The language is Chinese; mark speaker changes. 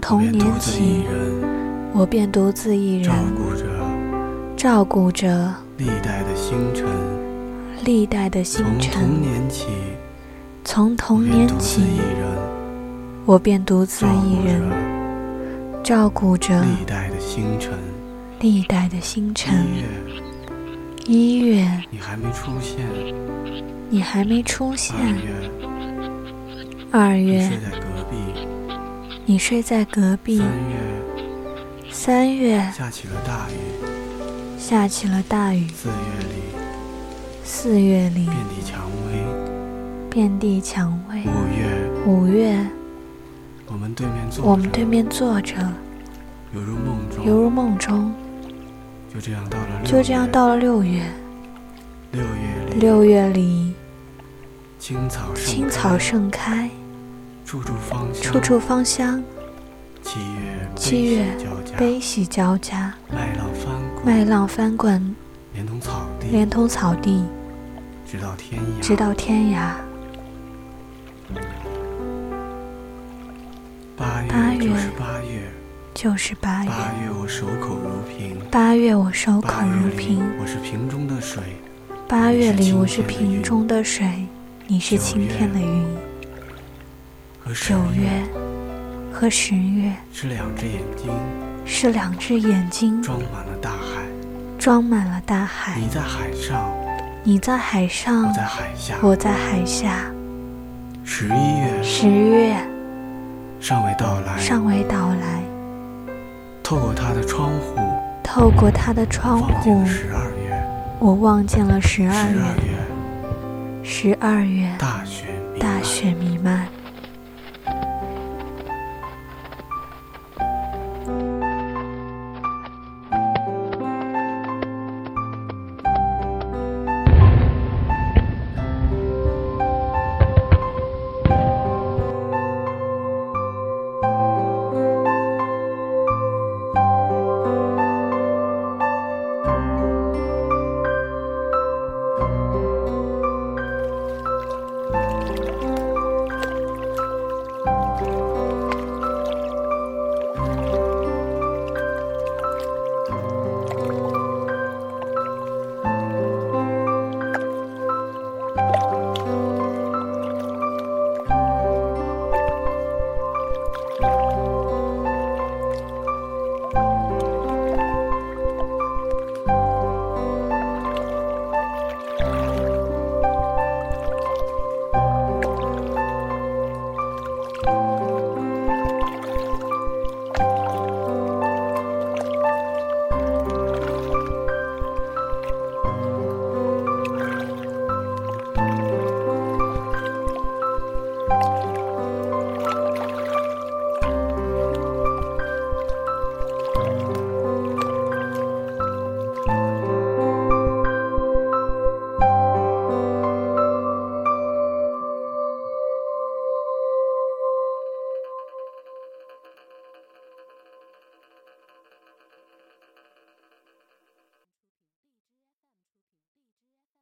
Speaker 1: 童年起，我便独自一人
Speaker 2: 照顾着
Speaker 1: 照顾着
Speaker 2: 历代的星辰。
Speaker 1: 历代的星
Speaker 2: 从童
Speaker 1: 辰。
Speaker 2: 年起，
Speaker 1: 从
Speaker 2: 我
Speaker 1: 童
Speaker 2: 便
Speaker 1: 年
Speaker 2: 独自
Speaker 1: 起，
Speaker 2: 一人
Speaker 1: 我便独自
Speaker 2: 照
Speaker 1: 一
Speaker 2: 顾
Speaker 1: 人
Speaker 2: 着
Speaker 1: 照顾着
Speaker 2: 历代的星辰。
Speaker 1: 历代的星辰。
Speaker 2: 一月，
Speaker 1: 一月，
Speaker 2: 你还没出现；
Speaker 1: 你还没出现
Speaker 2: 二；月，
Speaker 1: 二
Speaker 2: 你睡在隔壁；
Speaker 1: 月，你睡在隔壁；
Speaker 2: 三月，
Speaker 1: 三月，
Speaker 2: 下起了大雨；
Speaker 1: 下起了大雨；
Speaker 2: 四月里，
Speaker 1: 四月里，
Speaker 2: 遍地蔷薇；
Speaker 1: 遍地蔷薇；
Speaker 2: 五月，
Speaker 1: 五月，
Speaker 2: 我们对面坐着，
Speaker 1: 我们对面坐着，
Speaker 2: 犹如梦中，
Speaker 1: 犹如梦中。
Speaker 2: 就这样到了六
Speaker 1: 就这
Speaker 2: 月
Speaker 1: 样到了六月，
Speaker 2: 六月里，
Speaker 1: 六月里，
Speaker 2: 青草盛
Speaker 1: 青
Speaker 2: 开
Speaker 1: 草盛开，
Speaker 2: 处处芳香，
Speaker 1: 处处芳香，
Speaker 2: 七月
Speaker 1: 七
Speaker 2: 悲喜
Speaker 1: 月
Speaker 2: 交加，
Speaker 1: 悲喜交加，
Speaker 2: 麦浪翻滚，
Speaker 1: 麦浪翻滚，
Speaker 2: 连同草地，
Speaker 1: 连同草地，
Speaker 2: 直到天涯，
Speaker 1: 直到天涯。
Speaker 2: 八月
Speaker 1: 八月
Speaker 2: 就是八月，
Speaker 1: 就是八月，
Speaker 2: 八月我守口如瓶，
Speaker 1: 八月我守
Speaker 2: 八
Speaker 1: 口
Speaker 2: 月
Speaker 1: 如
Speaker 2: 里
Speaker 1: 瓶，
Speaker 2: 我是瓶中的水，
Speaker 1: 八月里我是
Speaker 2: 你是晴天的
Speaker 1: 瓶
Speaker 2: 云
Speaker 1: 中的水，你是
Speaker 2: 九
Speaker 1: 晴天
Speaker 2: 月
Speaker 1: 的云。
Speaker 2: 和十
Speaker 1: 九月和十月
Speaker 2: 是两只眼睛
Speaker 1: 是两只眼睛
Speaker 2: 装满了大海，
Speaker 1: 装满了大海
Speaker 2: 你，在海上，
Speaker 1: 你在海
Speaker 2: 我
Speaker 1: 上，
Speaker 2: 在海下。
Speaker 1: 嗯我在海下。
Speaker 2: 十一月
Speaker 1: 十月
Speaker 2: 尚未到来，
Speaker 1: 尚未到来，
Speaker 2: 透过它的窗户，
Speaker 1: 透过他的窗
Speaker 2: 望见
Speaker 1: 户
Speaker 2: 了，十二月，
Speaker 1: 我望见了十
Speaker 2: 十
Speaker 1: 二
Speaker 2: 二
Speaker 1: 月，
Speaker 2: 月
Speaker 1: 十二月
Speaker 2: 大雪弥漫
Speaker 1: 大雪弥漫，